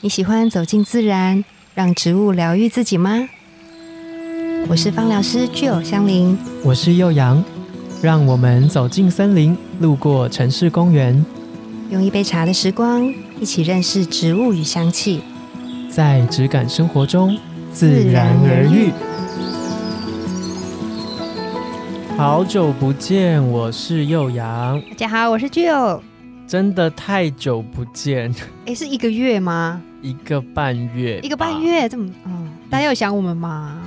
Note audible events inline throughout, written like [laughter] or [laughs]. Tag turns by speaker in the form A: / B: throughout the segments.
A: 你喜欢走进自然，让植物疗愈自己吗？我是芳疗师具有香林，
B: 我是幼阳，让我们走进森林，路过城市公园，
A: 用一杯茶的时光，一起认识植物与香气。
B: 在质感生活中自然而愈。好久不见，我是幼阳，
A: 大家好，我是具有。
B: 真的太久不见， [laughs]
A: 诶，是一个月吗？
B: 一个半月，
A: 一个半，月，这么……嗯，大家有想我们吗？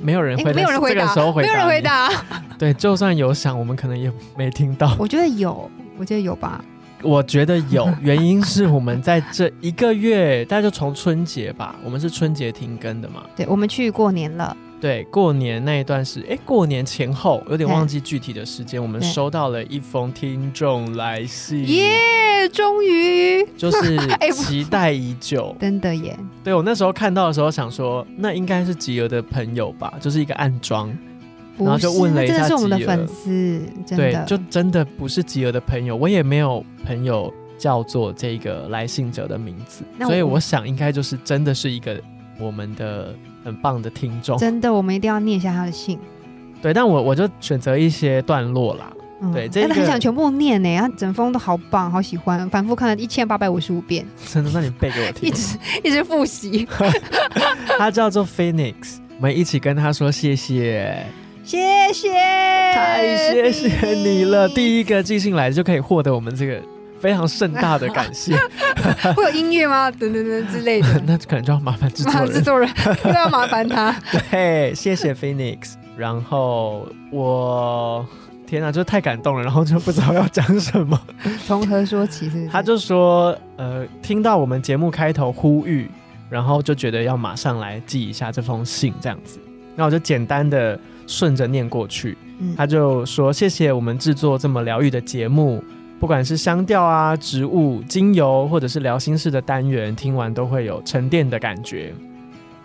B: 没有人
A: 诶
B: 会在
A: 哎没有人回
B: 这个
A: 答，
B: 时候嗯回
A: 没
B: 答，
A: 有人回。答。
B: 对，就算有想，我们可能也没听到。
A: 我觉得有，我觉得有吧。
B: 我觉得
A: [laughs]
B: 有原因是我们在这一个月，大概就从春节吧，我们是春节停更的嘛。
A: 对，我们去过年了，
B: 对，过年那一段时，哎，过年前后有点
A: 对
B: 忘记具体的时间，我们
A: 对
B: 收到了一封听众来信，
A: 耶，终于，
B: 就是
A: [laughs] 哎不
B: 期待已久。
A: 真的耶，
B: 对我那时候看到的时候，想说那应该是吉儿的朋友吧，就是一个暗装，
A: 不，
B: 然后就是问了
A: 那
B: 一
A: 真的
B: 下
A: 是我们的
B: 吉
A: 粉
B: 儿
A: 丝，真
B: 对
A: 的，
B: 就真的不是吉儿的朋友，我也没有朋友叫做这个来信者的名字，
A: 那我
B: 所以我想应该就是真的是一个我们的很棒的听众。
A: 真的，我们一定要念一下他的信。
B: 对，但我我就选择一些段落啦，
A: 嗯
B: 对这
A: 但是
B: 个
A: 很想全部念呢，他整封都好棒，好喜欢，反复看了一千八百五十五遍，
B: 真的，那你背给我
A: 一
B: 听。
A: 直一直复习。
B: [laughs] 他叫做 Phoenix，我们一起跟他说谢谢，
A: [laughs] 谢谢，
B: 太谢谢你了！第一个寄信来就可以获得我们这个非常盛大的感 [laughs] 谢，
A: 会有音乐吗？等等等之类的。
B: 那可能就要麻烦制作
A: 制
B: 人。
A: 作人 [laughs] 又要麻烦他，
B: 对，谢谢 Phoenix。然后我天哪，就太感动了，然后就不知道要讲什 [laughs] 么。
A: 从何说起？是不是？
B: 他就说，呃，听到我们节目开头呼吁，然后就觉得要马上来记一下这封信，这样子。那我就简单的顺着念过去。
A: 嗯
B: 他就说：“谢谢我们制作这么疗愈的节目，不管是香调啊、植物、精油，或者是聊心事的单元，听完都会有沉淀的感觉。”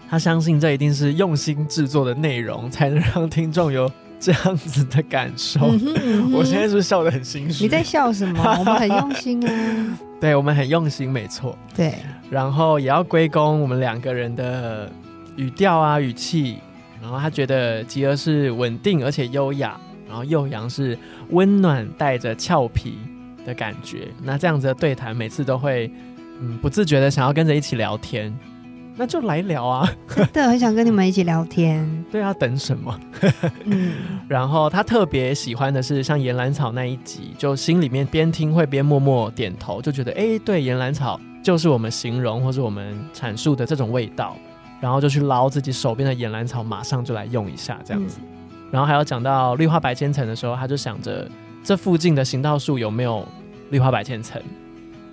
B: 他相信这一定是用心制作的内容，才能让听众有这样子的感受。
A: 嗯哼嗯哼
B: 我现在是不是笑得很心虚？
A: 你在笑什么？ [laughs] 我们很用心啊。
B: 对我们很用心，没错。
A: [laughs] 对，
B: 然后也要归功我们两个人的语调啊、语气。然后他觉得吉儿是稳定而且优雅，然后幼阳是温暖带着俏皮的感觉。那这样子的对谈，每次都会嗯不自觉的想要跟着一起聊天，那就来聊啊。
A: 真的很想跟你们一起聊天。
B: 对啊，等什么？
A: 嗯，
B: 然后他特别喜欢的是像岩兰草那一集，就心里面边听会边默默点头，就觉得诶，对，岩兰草就是我们形容或是我们阐述的这种味道，然后就去捞自己手边的岩兰草，马上就来用一下这
A: 嗯
B: 样子。然后还有讲到绿化白千层的时候，他就想着这附近的行道树有没有绿化白千层。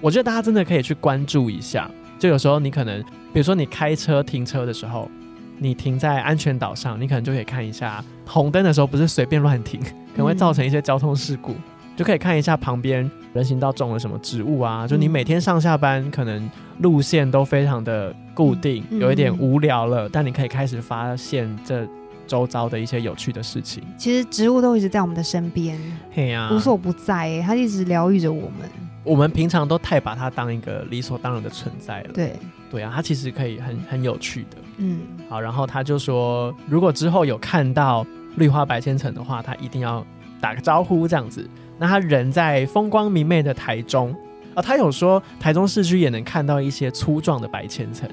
B: 我觉得大家真的可以去关注一下，就有时候你可能，比如说你开车停车的时候，你停在安全岛上，你可能就可以看一下红灯的时候不是随便乱停，可能会造成一些交通事故，就可以看一下旁边人行道种了什么植物啊。就你
A: 嗯
B: 每天上下班可能路线都非常的固定，
A: 嗯嗯
B: 有一点
A: 嗯
B: 无聊了，但你可以开始发现这周遭的一些有趣的事情。
A: 其实植物都一直在我们的身边，
B: 嘿呀、
A: 无所不在耶，它一直疗愈着我们。
B: 我们平常都太把它当一个理所当然的存在了。
A: 对，
B: 对啊，它其实可以很很有趣的。
A: 嗯，
B: 好，然后他就说，如果之后有看到绿化白千层的话，他一定要打个招呼这样子。那他人在风光明媚的台中啊、他有说台中市区也能看到一些粗壮的白千层。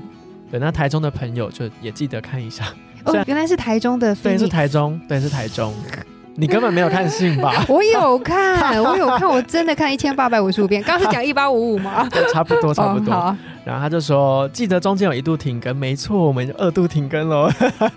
B: 对，那台中的朋友就也记得看一下。虽
A: 哦
B: 然，
A: 原来是台中的
B: 对，
A: 飞
B: 是
A: 你。
B: 台中，对，是台中。你根本没有看信
A: [laughs]
B: 吧？
A: 我有
B: [laughs]
A: 看，我有看，我真的看一千八百五十五遍。刚刚是讲一八五五吗？
B: 差不多，差不多。
A: 哦好啊
B: 然后他就说，记得中间有一度停更，没错，我们就二度停更喽。 [laughs]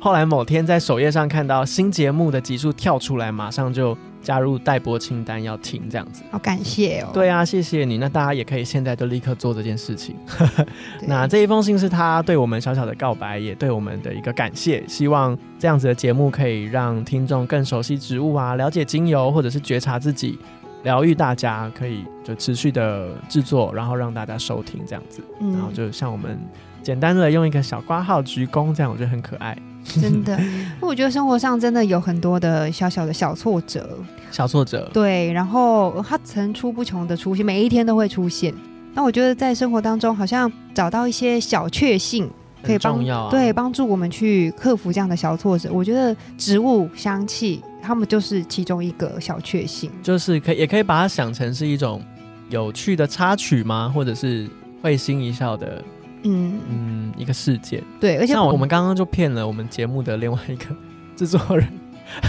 B: 后来某天在首页上看到新节目的集数跳出来，马上就加入待播清单，要停这样子。
A: 好感谢哦。
B: 对啊，谢谢你。那大家也可以现在就立刻做这件事情。
A: 对，
B: 那这一封信是他对我们小小的告白，也对我们的一个感谢。希望这样子的节目可以让听众更熟悉植物啊，了解精油，或者是觉察自己，疗愈大家，可以就持续的制作，然后让大家收听这样子。然后
A: 嗯，
B: 就像我们简单的用一个小挂号鞠躬，这样我觉得很可爱。
A: 真
B: [laughs]
A: 的，因为我觉得生活上真的有很多的小小的小挫折，
B: 小作者，
A: 对，然后它层出不穷的出现，每一天都会出现。那我觉得在生活当中，好像找到一些小确幸，可以
B: 很
A: 帮
B: 重要啊。
A: 对，帮助我们去克服这样的小挫折。我觉得植物香气，它们就是其中一个小确幸。
B: 就是可以也可以把它想成是一种有趣的插曲吗？或者是会心一笑的，
A: 嗯，
B: 嗯，一个事件。
A: 对，而且
B: 像我们刚刚就骗了我们节目的另外一个制作 [laughs] 人，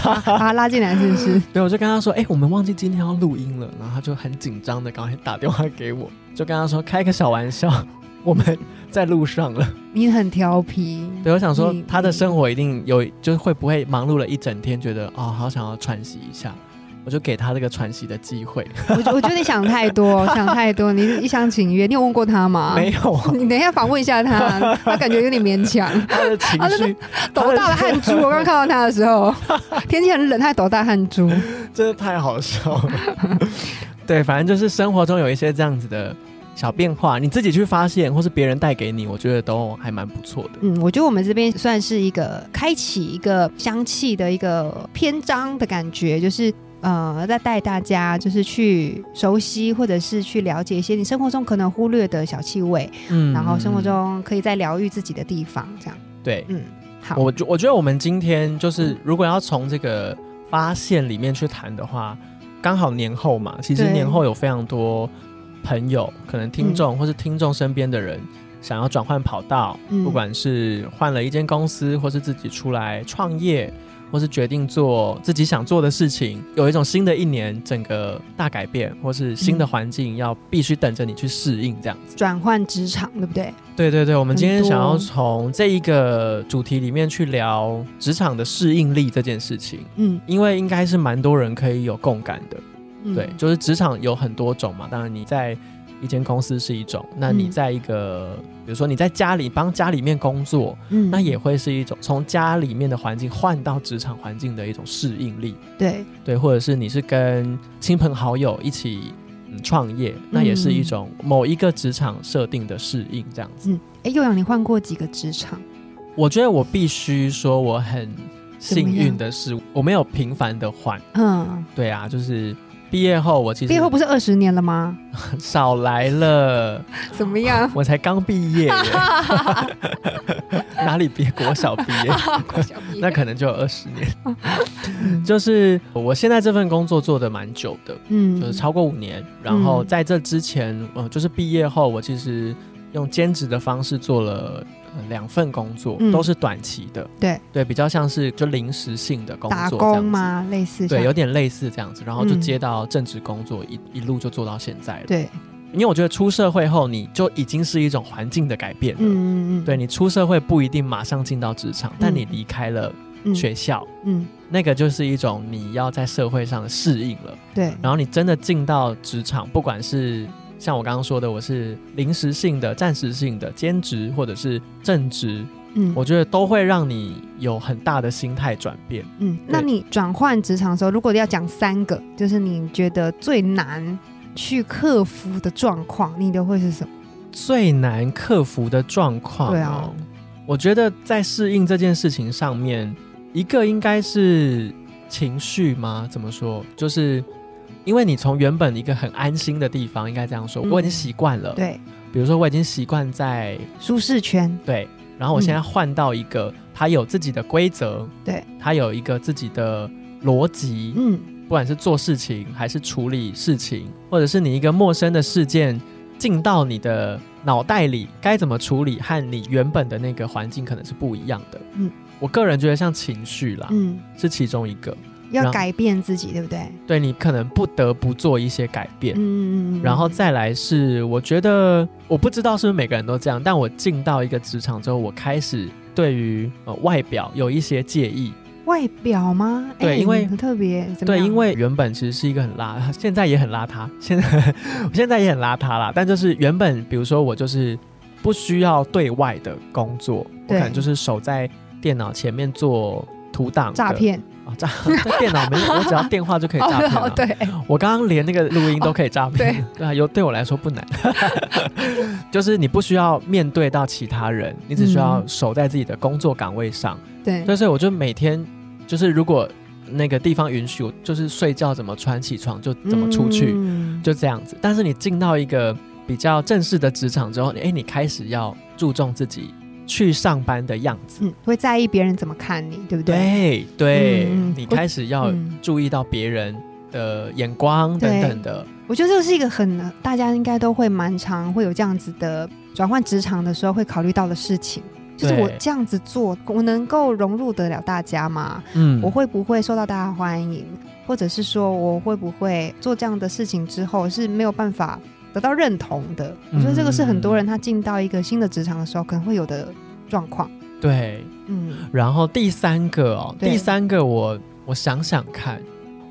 A: 把它拉进来是不
B: [laughs]
A: 是？
B: 对，我就跟他说，哎、我们忘记今天要录音了，然后他就很紧张的赶快打电话给我，就跟他说开个小玩笑， [laughs] 我们在路上了。
A: 你很调皮，
B: 对，我想说
A: 嗯
B: 他的生活一定有，就是会不会忙碌了一整天，觉得哦，好想要喘息一下，我就给他这个喘息的机会。
A: 我觉我觉得你想太
B: [laughs]
A: 多，想太多，你一厢情愿。你有问过他吗？
B: 没。有啊，
A: 你等一下访问一下他，他感觉有点勉强，
B: [laughs] 他的情绪
A: 抖大了汗珠。我刚看到他的时
B: [laughs]
A: 候，天气很冷，他还抖大汗珠。
B: 真的太好笑了。 [laughs] 对，反正就是生活中有一些这样子的小变化，你自己去发现，或是别人带给你，我觉得都还蛮不错的。
A: 嗯，我觉得我们这边算是一个开启一个香气的一个篇章的感觉，就是呃，在带大家就是去熟悉或者是去了解一些你生活中可能忽略的小气味，
B: 嗯
A: 然后生活中可以在疗愈自己的地方，这样。
B: 对，
A: 嗯，好，嗯
B: 我觉我觉得我们今天就是如果要从这个发现里面去谈的话，刚好年后嘛，其实
A: 对
B: 年后有非常多朋友，可能听众、或是听众身边的人想要转换跑道，
A: 嗯
B: 不管是换了一间公司，或是自己出来创业，或是决定做自己想做的事情，有一种新的一年整个大改变，或是新的
A: 嗯
B: 环境要必须等着你去适应这样子。
A: 转换职场，对不对？
B: 对对对，我们今天
A: 很多
B: 想要从这一个主题里面去聊职场的适应力这件事情，
A: 嗯，
B: 因为应该是蛮多人可以有共感的。
A: 嗯
B: 对，就是职场有很多种嘛，当然你在一间公司是一种，那你
A: 嗯
B: 在一个，比如说你在家里帮家里面工作，
A: 嗯
B: 那也会是一种从家里面的环境换到职场环境的一种适应力。
A: 对，
B: 对，或者是你是跟亲朋好友一起。嗯创业那也是一种某一个职场设定的适应，这样子。
A: 嗯，哎，幼阳，你换过几个职场？
B: 我觉得我必须说我很幸运的是，我没有频繁的换。
A: 嗯，
B: 对啊，就是毕业后我其实
A: 毕业后不是二十年了吗？
B: 少来了，
A: [laughs] 怎么样？
B: 我才刚
A: [laughs]
B: 毕业耶， [laughs] 哪里毕业？国小毕
A: [laughs]
B: 业， [laughs] 那可能就有二十年。 [laughs] 就是我现在这份工作做的蛮久的，
A: 嗯，
B: 就是超过五年。然后
A: 嗯
B: 在这之前，呃，就是毕业后，我其实用兼职的方式做了。呃两份工作、
A: 嗯
B: 都是短期的，
A: 对
B: 对，比较像是就临时性的工
A: 打
B: 作这
A: 工
B: 样子，
A: 吗？类似
B: 对，
A: 像
B: 有点类似这样子，然后就
A: 嗯
B: 接到正职工作，一一路就做到现在了。
A: 对，
B: 因为我觉得出社会后，你就已经是一种环境的改变了。
A: 嗯嗯嗯，
B: 对你出社会不一定马上进到职场，但你离开了
A: 嗯
B: 学校，
A: 嗯，
B: 那个就是一种你要在社会上的适应了。
A: 对，
B: 然后你真的进到职场，不管是像我刚刚说的，我是临时性的、暂时性的兼职或者是正职，
A: 嗯
B: 我觉得都会让你有很大的心态转变。
A: 嗯，那你转换职场的时候，如果要讲三个，就是你觉得最难去克服的状况，你都会是什么？
B: 最难克服的状况、哦，
A: 对啊，
B: 我觉得在适应这件事情上面，一个应该是情绪吗？怎么说？就是因为你从原本一个很安心的地方，应该这样说，
A: 嗯
B: 我已经习惯了。，
A: 对，
B: 比如说我已经习惯在
A: 舒适圈，
B: 对，然后我现在换到一个它有自己的规则，
A: 嗯对，
B: 它有一个自己的逻辑，
A: 嗯
B: 不管是做事情还是处理事情，或者是你一个陌生的事件进到你的脑袋里，该怎么处理和你原本的那个环境可能是不一样的。
A: 嗯，
B: 我个人觉得像情绪啦，
A: 嗯，
B: 是其中一个，
A: 要
B: 啊然
A: 改变自己，对不对？
B: 对你可能不得不做一些改变。
A: 嗯嗯嗯，
B: 然后再来是，我觉得我不知道是不是每个人都这样，但我进到一个职场之后，我开始对于呃外表有一些介意。
A: 外表吗？
B: 对
A: 哎
B: 因为
A: 很特别，怎么
B: 对，
A: 样
B: 因为原本其实是一个很邋，现在也很邋遢，现在我现在也很邋遢啦。但就是原本，比如说我就是不需要对外的工作，我
A: 对
B: 可能就是守在电脑前面做图档的
A: 诈骗，
B: 啊，诈 [laughs] 在电脑没有，我只要电话就可以诈骗啊
A: 哦 [laughs]
B: 了。
A: 对，
B: 我刚刚连那个录音都可以诈骗，
A: 哦
B: 对啊，有对我来说不难， [laughs] 就是你不需要面对到其他人，你只需要
A: 嗯
B: 守在自己的工作岗位上。
A: 对
B: 对，所以我就每天就是如果那个地方允许，我就是睡觉怎么穿，起床就怎么出去，
A: 嗯
B: 就这样子。但是你进到一个比较正式的职场之后，哎，你开始要注重自己去上班的样子。
A: 嗯，会在意别人怎么看你，对不对？
B: 对对，
A: 嗯嗯
B: 你
A: 我
B: 开始要
A: 嗯
B: 注意到别人的眼光
A: 对
B: 等等的。
A: 我觉得这个是一个很大家应该都会蛮常会有这样子的转换职场的时候会考虑到的事情，就是
B: 对
A: 我这样子做，我能够融入得了大家吗？
B: 嗯，
A: 我会不会受到大家欢迎，或者是说我会不会做这样的事情之后是没有办法得到认同的？我
B: 嗯
A: 觉得这个是很多人他进到一个新的职场的时候可能会有的状况。
B: 对。
A: 嗯，
B: 然后第三个哦，
A: 对
B: 第三个我我想想看，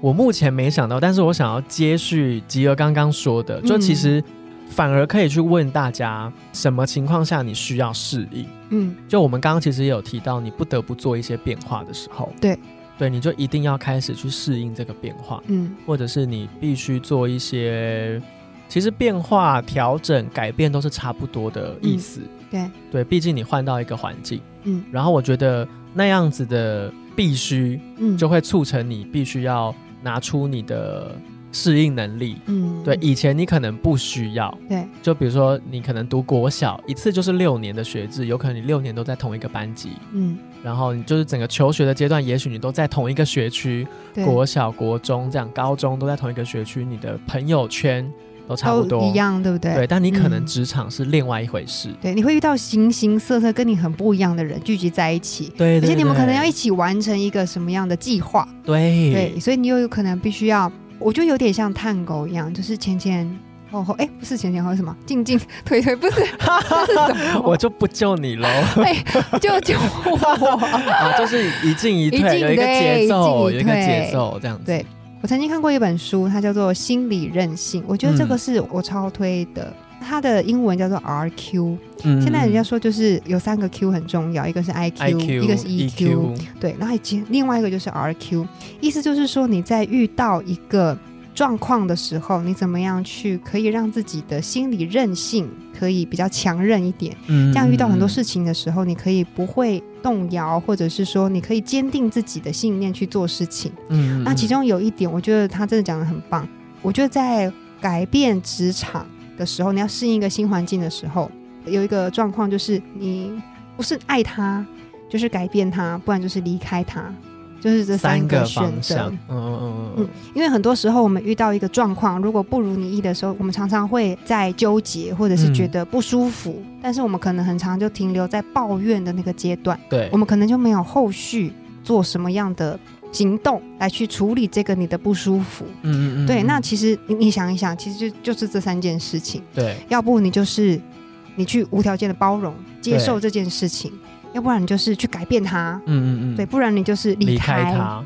B: 我目前没想到，但是我想要接续吉儿刚刚说的，就
A: 嗯
B: 其实反而可以去问大家，什么情况下你需要适应？
A: 嗯，
B: 就我们刚刚其实也有提到，你不得不做一些变化的时候，
A: 对，
B: 对，你就一定要开始去适应这个变化，
A: 嗯，
B: 或者是你必须做一些，其实变化、调整、改变都是差不多的
A: 嗯
B: 意思。
A: 对，
B: 对，毕竟你换到一个环境，
A: 嗯
B: 然后我觉得那样子的必须
A: 嗯，
B: 就会促成你必须要拿出你的适应能力。
A: 嗯，
B: 对，以前你可能不需要，
A: 对，
B: 就比如说你可能读国小一次就是六年的学制，有可能你六年都在同一个班级，
A: 嗯，
B: 然后你就是整个求学的阶段，也许你都在同一个学区，
A: 对，
B: 国小、国中这样，高中都在同一个学区，你的朋友圈都差不多
A: 都一。样，对不对？
B: 对，但你可能
A: 嗯
B: 职场是另外一回事。
A: 对，你会遇到形形色色跟你很不一样的人聚集在一起，
B: 对，
A: 而且你们可能要一
B: 起
A: 起完成一个什么样的计划？[laughs]
B: 对
A: 对，所以你又有可能必须要，我觉得有点像探狗一样，就是前前后后，哎，不是前前后后是什
B: [laughs]
A: 么，进进推推，不是，这是什么？
B: 我就不救你
A: [laughs]
B: 喽
A: 哎，救救我！ [laughs]
B: 啊！就是一进一退，
A: 一进
B: 有一个
A: 对
B: 节奏，
A: 一进
B: 有一
A: 一
B: 个
A: 退
B: 节奏这样子。
A: 对我曾经看过一本书，它叫做《心理韧性》，我觉得这个
B: 嗯
A: 是我超推的。它的英文叫做 RQ，
B: 嗯，
A: 现在人家说就是有三个 Q 很重要，一个是 IQ，,
B: I Q
A: 一个是 E EQ，
B: EQ，
A: 对，然后以及另外一个就是 RQ，意思就是说你在遇到一个状况的时候，你怎么样去可以让自己的心理韧性可以比较强韧一点，
B: 嗯
A: 这样遇到很多事
B: 嗯
A: 情的时候，你可以不会动摇，或者是说你可以坚定自己的信念去做事情。
B: 嗯嗯
A: 那其
B: 嗯
A: 中有一点，我觉得他真的讲的很棒。我觉得在改变职场的时候，你要适应一个新环境的时候，有一个状况就是你不是爱他，就是改变他，不然就是离开他，就是这
B: 三
A: 个选
B: 方向
A: 择。，
B: 嗯嗯嗯嗯
A: 嗯，因为很多时候我们遇到一个状况，如果不如你意的时候，我们常常会在纠结，或者
B: 嗯
A: 是觉得不舒服，但是我们可能很常就停留在抱怨的那个阶段。
B: 对
A: 我，们可能就没有后续做什么样的行动来去处理这个你的不舒服。
B: 嗯嗯嗯，
A: 对，
B: 嗯
A: 那其实你你想一想，其实就就是这三件事情，
B: 对
A: 要不你就是你去无条件的包容接受这件事情，要不然你就是去改变它，
B: 嗯嗯嗯，
A: 对，不然你就是
B: 离
A: 离开。
B: 他，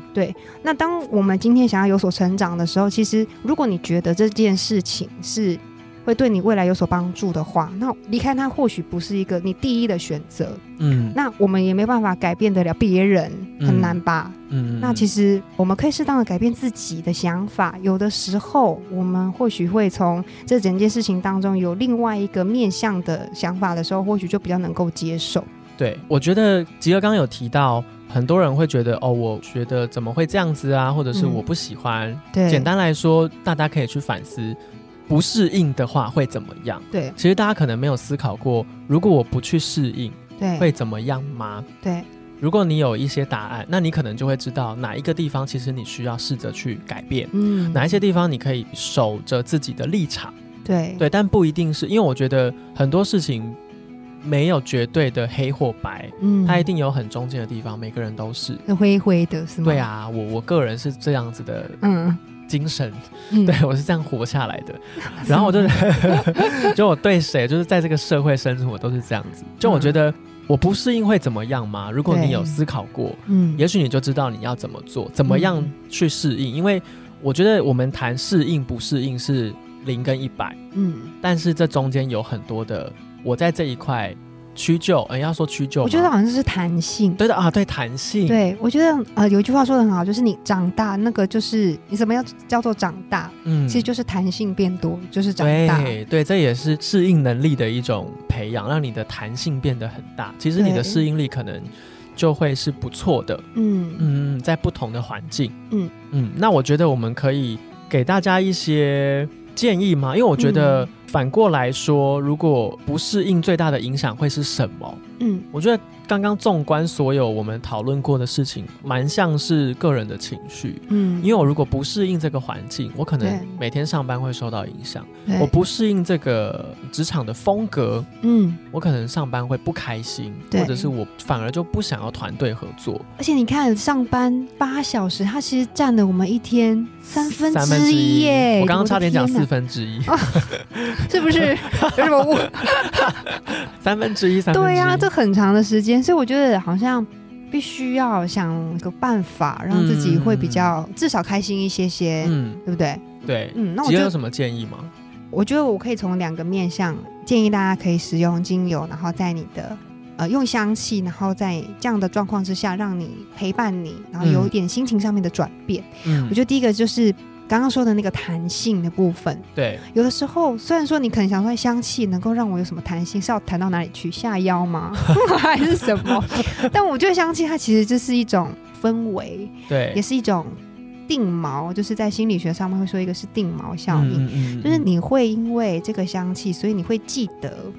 A: 那当我们今天想要有所成长的时候，其实如果你觉得这件事情是会对你未来有所帮助的话，那离开它或许不是一个你第一的选择，
B: 嗯
A: 那我们也没办法改变得了别人，
B: 嗯
A: 很难吧？
B: 嗯，
A: 那其
B: 实
A: 实我们可以适当的改变自己的想法，有的时候我们或许会从这整件事情当中有另外一个面向的想法的时候，或许就比较能够接受。
B: 对，我觉得吉儿刚刚有提到，很多人会觉得哦，我觉得怎么会这样子啊，或者是
A: 嗯
B: 我不喜欢。
A: 对，
B: 简，单来说，大家可以去反思，不适应的话会怎么样。
A: 对
B: 其实大家可能没有思考过，如果我不去适应
A: 对
B: 会怎么样吗？
A: 对，
B: 如果你有一些答案，那你可能就会知道哪一个地方其实你需要试着去改变，
A: 嗯，
B: 哪一些地方你可以守着自己的立场。
A: 对
B: 对，但不一定是因为我觉得很多事情没有绝对的黑或白，
A: 嗯
B: 它一定有很中间的地方，每个人都是。
A: 是灰灰的，是吗？
B: 对，啊，我我个人是这样子的
A: 嗯
B: 精神， [laughs]
A: 嗯，
B: 对我是这样活下来的。
A: [laughs]
B: 然后我就，就我对谁，就是 [laughs] 在这个社会生存，我都是这样子。就我觉
A: 嗯
B: 得我不适应会怎么样吗？如果你
A: 对
B: 有思考过，
A: 嗯，
B: 也许你就知道你要怎么做，怎么样
A: 嗯
B: 去适应。因为我觉得我们谈适应不适应是零跟一百，
A: 嗯，
B: 但是这中间有很多的，我在这一块屈就，嗯，要说屈就吗，
A: 我觉得好像是弹性。
B: 对的啊，对弹性，
A: 对，我觉得呃，有一句话说的很好，就是你长大，那个就是你怎么样叫做长大，
B: 嗯
A: 其实就是弹性变多，就是长大。
B: 对对，这也是适应能力的一种培养，让你的弹性变得很大。其实你
A: 对
B: 的适应力可能就会是不错的，
A: 嗯，
B: 嗯，在不同的环境，
A: 嗯
B: 嗯，那我觉得我们可以给大家一些建议吗？因为我觉得
A: 嗯
B: 反过来说，如果不适应，最大的影响会是什么？
A: 嗯
B: 我觉得刚刚纵观所有我们讨论过的事情，蛮像是个人的情绪。
A: 嗯，
B: 因为我如果不适应这个环境，我可能
A: 对
B: 每天上班会受到影响；
A: 对
B: 我不适应这个职场的风格，
A: 嗯，
B: 我可能上班会不开心，
A: 对
B: 或者是我反而就不想要团队合作。
A: 而且你看上班八小时，它其实占了我们一天三分
B: 三分之
A: 一
B: 一
A: 耶，
B: 我刚刚差点讲
A: 我的
B: 四
A: 天
B: 分之一， [laughs]
A: 哪，是不是 [laughs] 有什么误？
B: 三分之一，三分之一。
A: 对呀、这很长的时间，所以我觉得好像必须要想个办法，让自己会比较、至少开心一些些，
B: 嗯，
A: 对不对？
B: 对。
A: 嗯，那我
B: 吉
A: 觉
B: 恩有
A: 得
B: 什么建议吗？
A: 我觉得我可以从两个面向建议大家可以使用精油，然后在你的呃用香气，然后在这样的状况之下，让你陪伴你，然后有一点心情上面的转变。
B: 嗯，
A: 我觉得第一个就是刚刚说的那个弹性的部分，
B: 对，
A: 有的时候虽然说你可能想说香气能够让我有什么弹性，是要弹到哪里去？下腰吗？ [laughs] 还是什么？但我觉得香气它其实就是一种氛围，也
B: 对，
A: 是一种定锚，就是在心理学上面会说一个是定锚效应。
B: 嗯嗯嗯
A: 就是你会因为这个香气，所以你会记得，
B: 嗯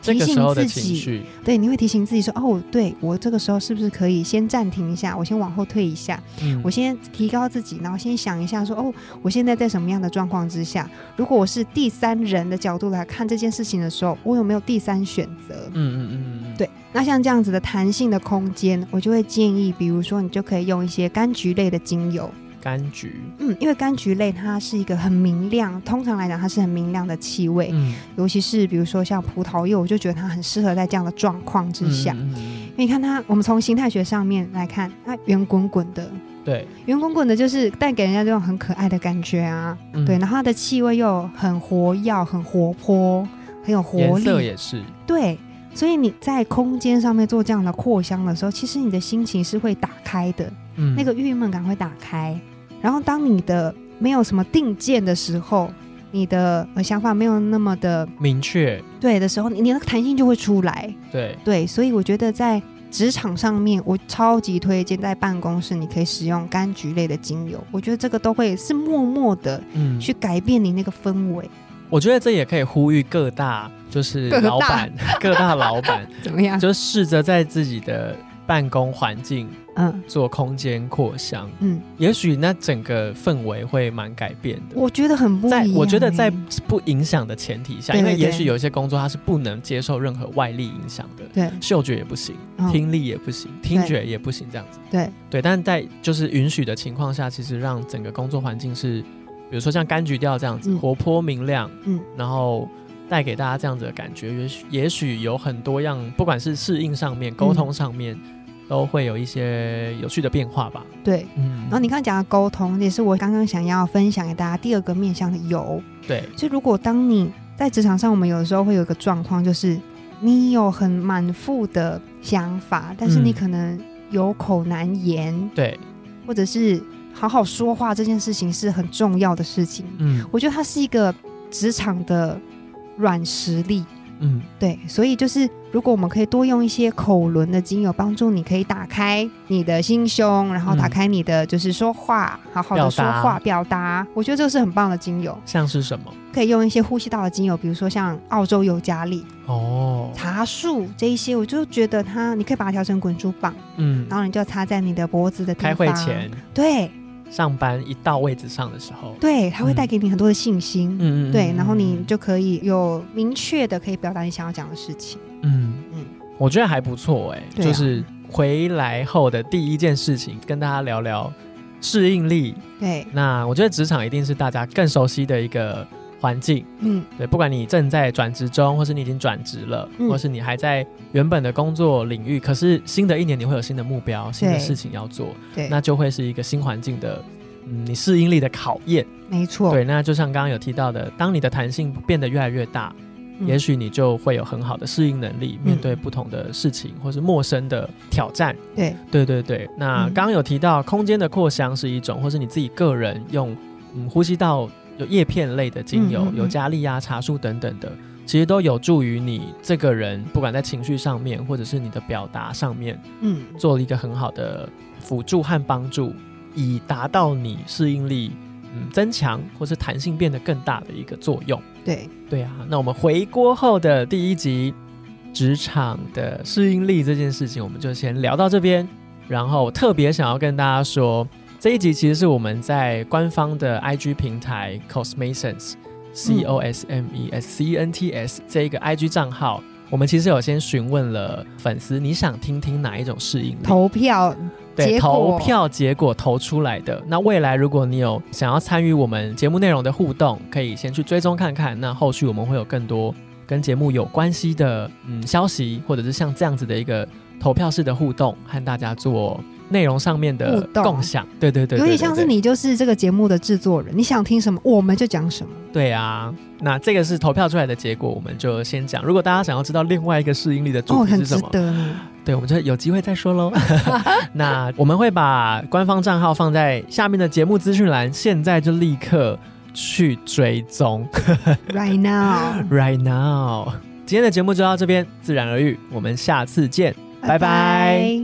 B: 这个时候的
A: 提醒自
B: 情
A: 己
B: 绪，
A: 对，你会提醒自己说，哦，对我这个时候是不是可以先暂停一下，我先往后退一下，
B: 嗯
A: 我先提高自己，然后先想一下说，哦，我现在在什么样的状况之下？如果我是第三人的角度来看这件事情的时候，我有没有第三选择？
B: 嗯嗯嗯嗯，嗯，
A: 对，那像这样子的弹性的空间，我就会建议，比如说你就可以用一些柑橘类的精油，
B: 柑橘，
A: 嗯，因为柑橘类它是一个很明亮，通常来讲它是很明亮的气味，
B: 嗯，
A: 尤其是比如说像葡萄柚，我就觉得它很适合在这样的状况之下。
B: 嗯，嗯嗯
A: 因为你看它，我们从形态学上面来看，它圆滚滚的，
B: 嗯对，
A: 圆滚滚的，就是带给人家这种很可爱的感觉啊。
B: 嗯
A: 对，然后它的气味又很活跃、很活泼、很有活
B: 颜色
A: 力。
B: 也是，
A: 对，所以你在空间上面做这样的扩香的时候，其实你的心情是会打开的，
B: 嗯
A: 那个郁闷感会打开。然后当你的没有什么定见的时候，你的呃想法没有那么的
B: 明确，
A: 对的时候，你你那个弹性就会出来。
B: 对，
A: 对，所以我觉得在职场上面，我超级推荐在办公室你可以使用柑橘类的精油，我觉得这个都会是默默的
B: 嗯，
A: 去改变你那个氛围，
B: 我觉得这也可以呼吁各大就是
A: 各大啊
B: 老
A: [laughs]
B: 板，各大老板
A: 怎么样？
B: 就试着在自己的办公环境
A: 嗯
B: 做空间扩香，
A: 嗯，
B: 也许那整个氛围会蛮改变的。
A: 我觉得很不一样
B: 在
A: 欸、
B: 我觉得在不影响的前提下，
A: 对
B: 因为
A: 对
B: 也
A: 对
B: 许有一些工作它是不能接受任何外力影响的，
A: 对
B: 嗅觉也不行，
A: 嗯
B: 听力也不行，听觉也不行，这样子。
A: 对
B: 对，但在就是允许的情况下，其实让整个工作环境是，比如说像柑橘调这样子，
A: 嗯
B: 活泼明亮，
A: 嗯，
B: 然后带给大家这样子的感觉，也许也许有很多样，不管是适应上面、
A: 嗯
B: 沟通上面，都会有一些有趣的变化吧。
A: 对。
B: 嗯，
A: 然后你刚刚讲的沟通，也是我刚刚想要分享给大家第二个面向的油。
B: 对，
A: 就如果当你在职场上，我们有的时候会有一个状况，就是你有很满腹的想法，但是
B: 嗯
A: 你可能有口难言，
B: 对，
A: 或者是好好说话这件事情是很重要的事情。
B: 嗯
A: 我觉得它是一个职场的软实力，
B: 嗯，
A: 对，所以就是如果我们可以多用一些口轮的精油，帮助你可以打开你的心胸，然后
B: 嗯
A: 打开你的就是说话，好好的说话表达，我觉得这是很棒的精油。
B: 像是什么？
A: 可以用一些呼吸道的精油，比如说像澳洲尤加利、
B: 哦，
A: 茶树这一些，我就觉得它，你可以把它调成滚珠棒，
B: 嗯，
A: 然后你就擦在你的脖子的地方。
B: 开会前
A: 对，
B: 上班一到位置上的时候，
A: 对，它会带给你很多的信心。
B: 嗯
A: 对，然后你就可以有明确的可以表达你想要讲的事情。
B: 嗯嗯
A: 嗯，
B: 我觉得还不错哎、
A: 对啊
B: 就是回来后的第一件事情，跟大家聊聊适应力。
A: 对，
B: 那我觉得职场一定是大家更熟悉的一个环境，
A: 嗯，
B: 对，不管你正在转职中，或是你已经转职了，
A: 嗯
B: 或是你还在原本的工作领域，可是新的一年你会有新的目标、新的
A: 对
B: 事情要做，
A: 对，
B: 那就会是一个新环境的。嗯，你适应力的考验，
A: 没错，
B: 对，那就像刚刚有提到的，当你的弹性变得越来越大，
A: 嗯
B: 也许你就会有很好的适应能力，
A: 嗯
B: 面对不同的事情或是陌生的挑战。
A: 对，
B: 对对对，那
A: 嗯
B: 刚刚有提到空间的扩香是一种，或是你自己个人用嗯呼吸道有叶片类的精油
A: 嗯嗯、嗯
B: 尤加利啊、茶树等等的，其实都有助于你这个人不管在情绪上面，或者是你的表达上面，
A: 嗯，
B: 做了一个很好的辅助和帮助，以达到你适应力嗯增强或是弹性变得更大的一个作用。
A: 对，
B: 对啊，那我们回锅后的第一集职场的适应力这件事情，我们就先聊到这边。然后特别想要跟大家说，这一集其实是我们在官方的 IG 平台 Cosmescence C O S M E S C E N T S 这一个 IG 账号，我们其实有先询问了粉丝，你想听听哪一种适应力？
A: 投票
B: 对，
A: 结果
B: 投票结果投出来的。那未来如果你有想要参与我们节目内容的互动，可以先去追踪看看。那后续我们会有更多跟节目有关系的嗯消息，或者是像这样子的一个投票式的互动，和大家做内容上面
A: 互
B: 的
A: 动
B: 共享。对对对对
A: 有
B: 对
A: 点像是
B: 对
A: 你就是这个节目的制作人，你想听什么我们就讲什么。
B: 对啊。那这个是投票出来的结果，我们就先讲。如果大家想要知道另外一个适应力的
A: 哦，
B: 主题
A: 很
B: 是什
A: 值
B: 么，
A: 得
B: [laughs]
A: 呢。
B: 对，我们就有机会再说喽。 [laughs] 那我们会把官方账号放在下面的节目资讯栏，现在就立刻去追踪 [laughs]
A: Right now，
B: ，right now。今天的节目就到这边，自然而愈，我们下次见。拜拜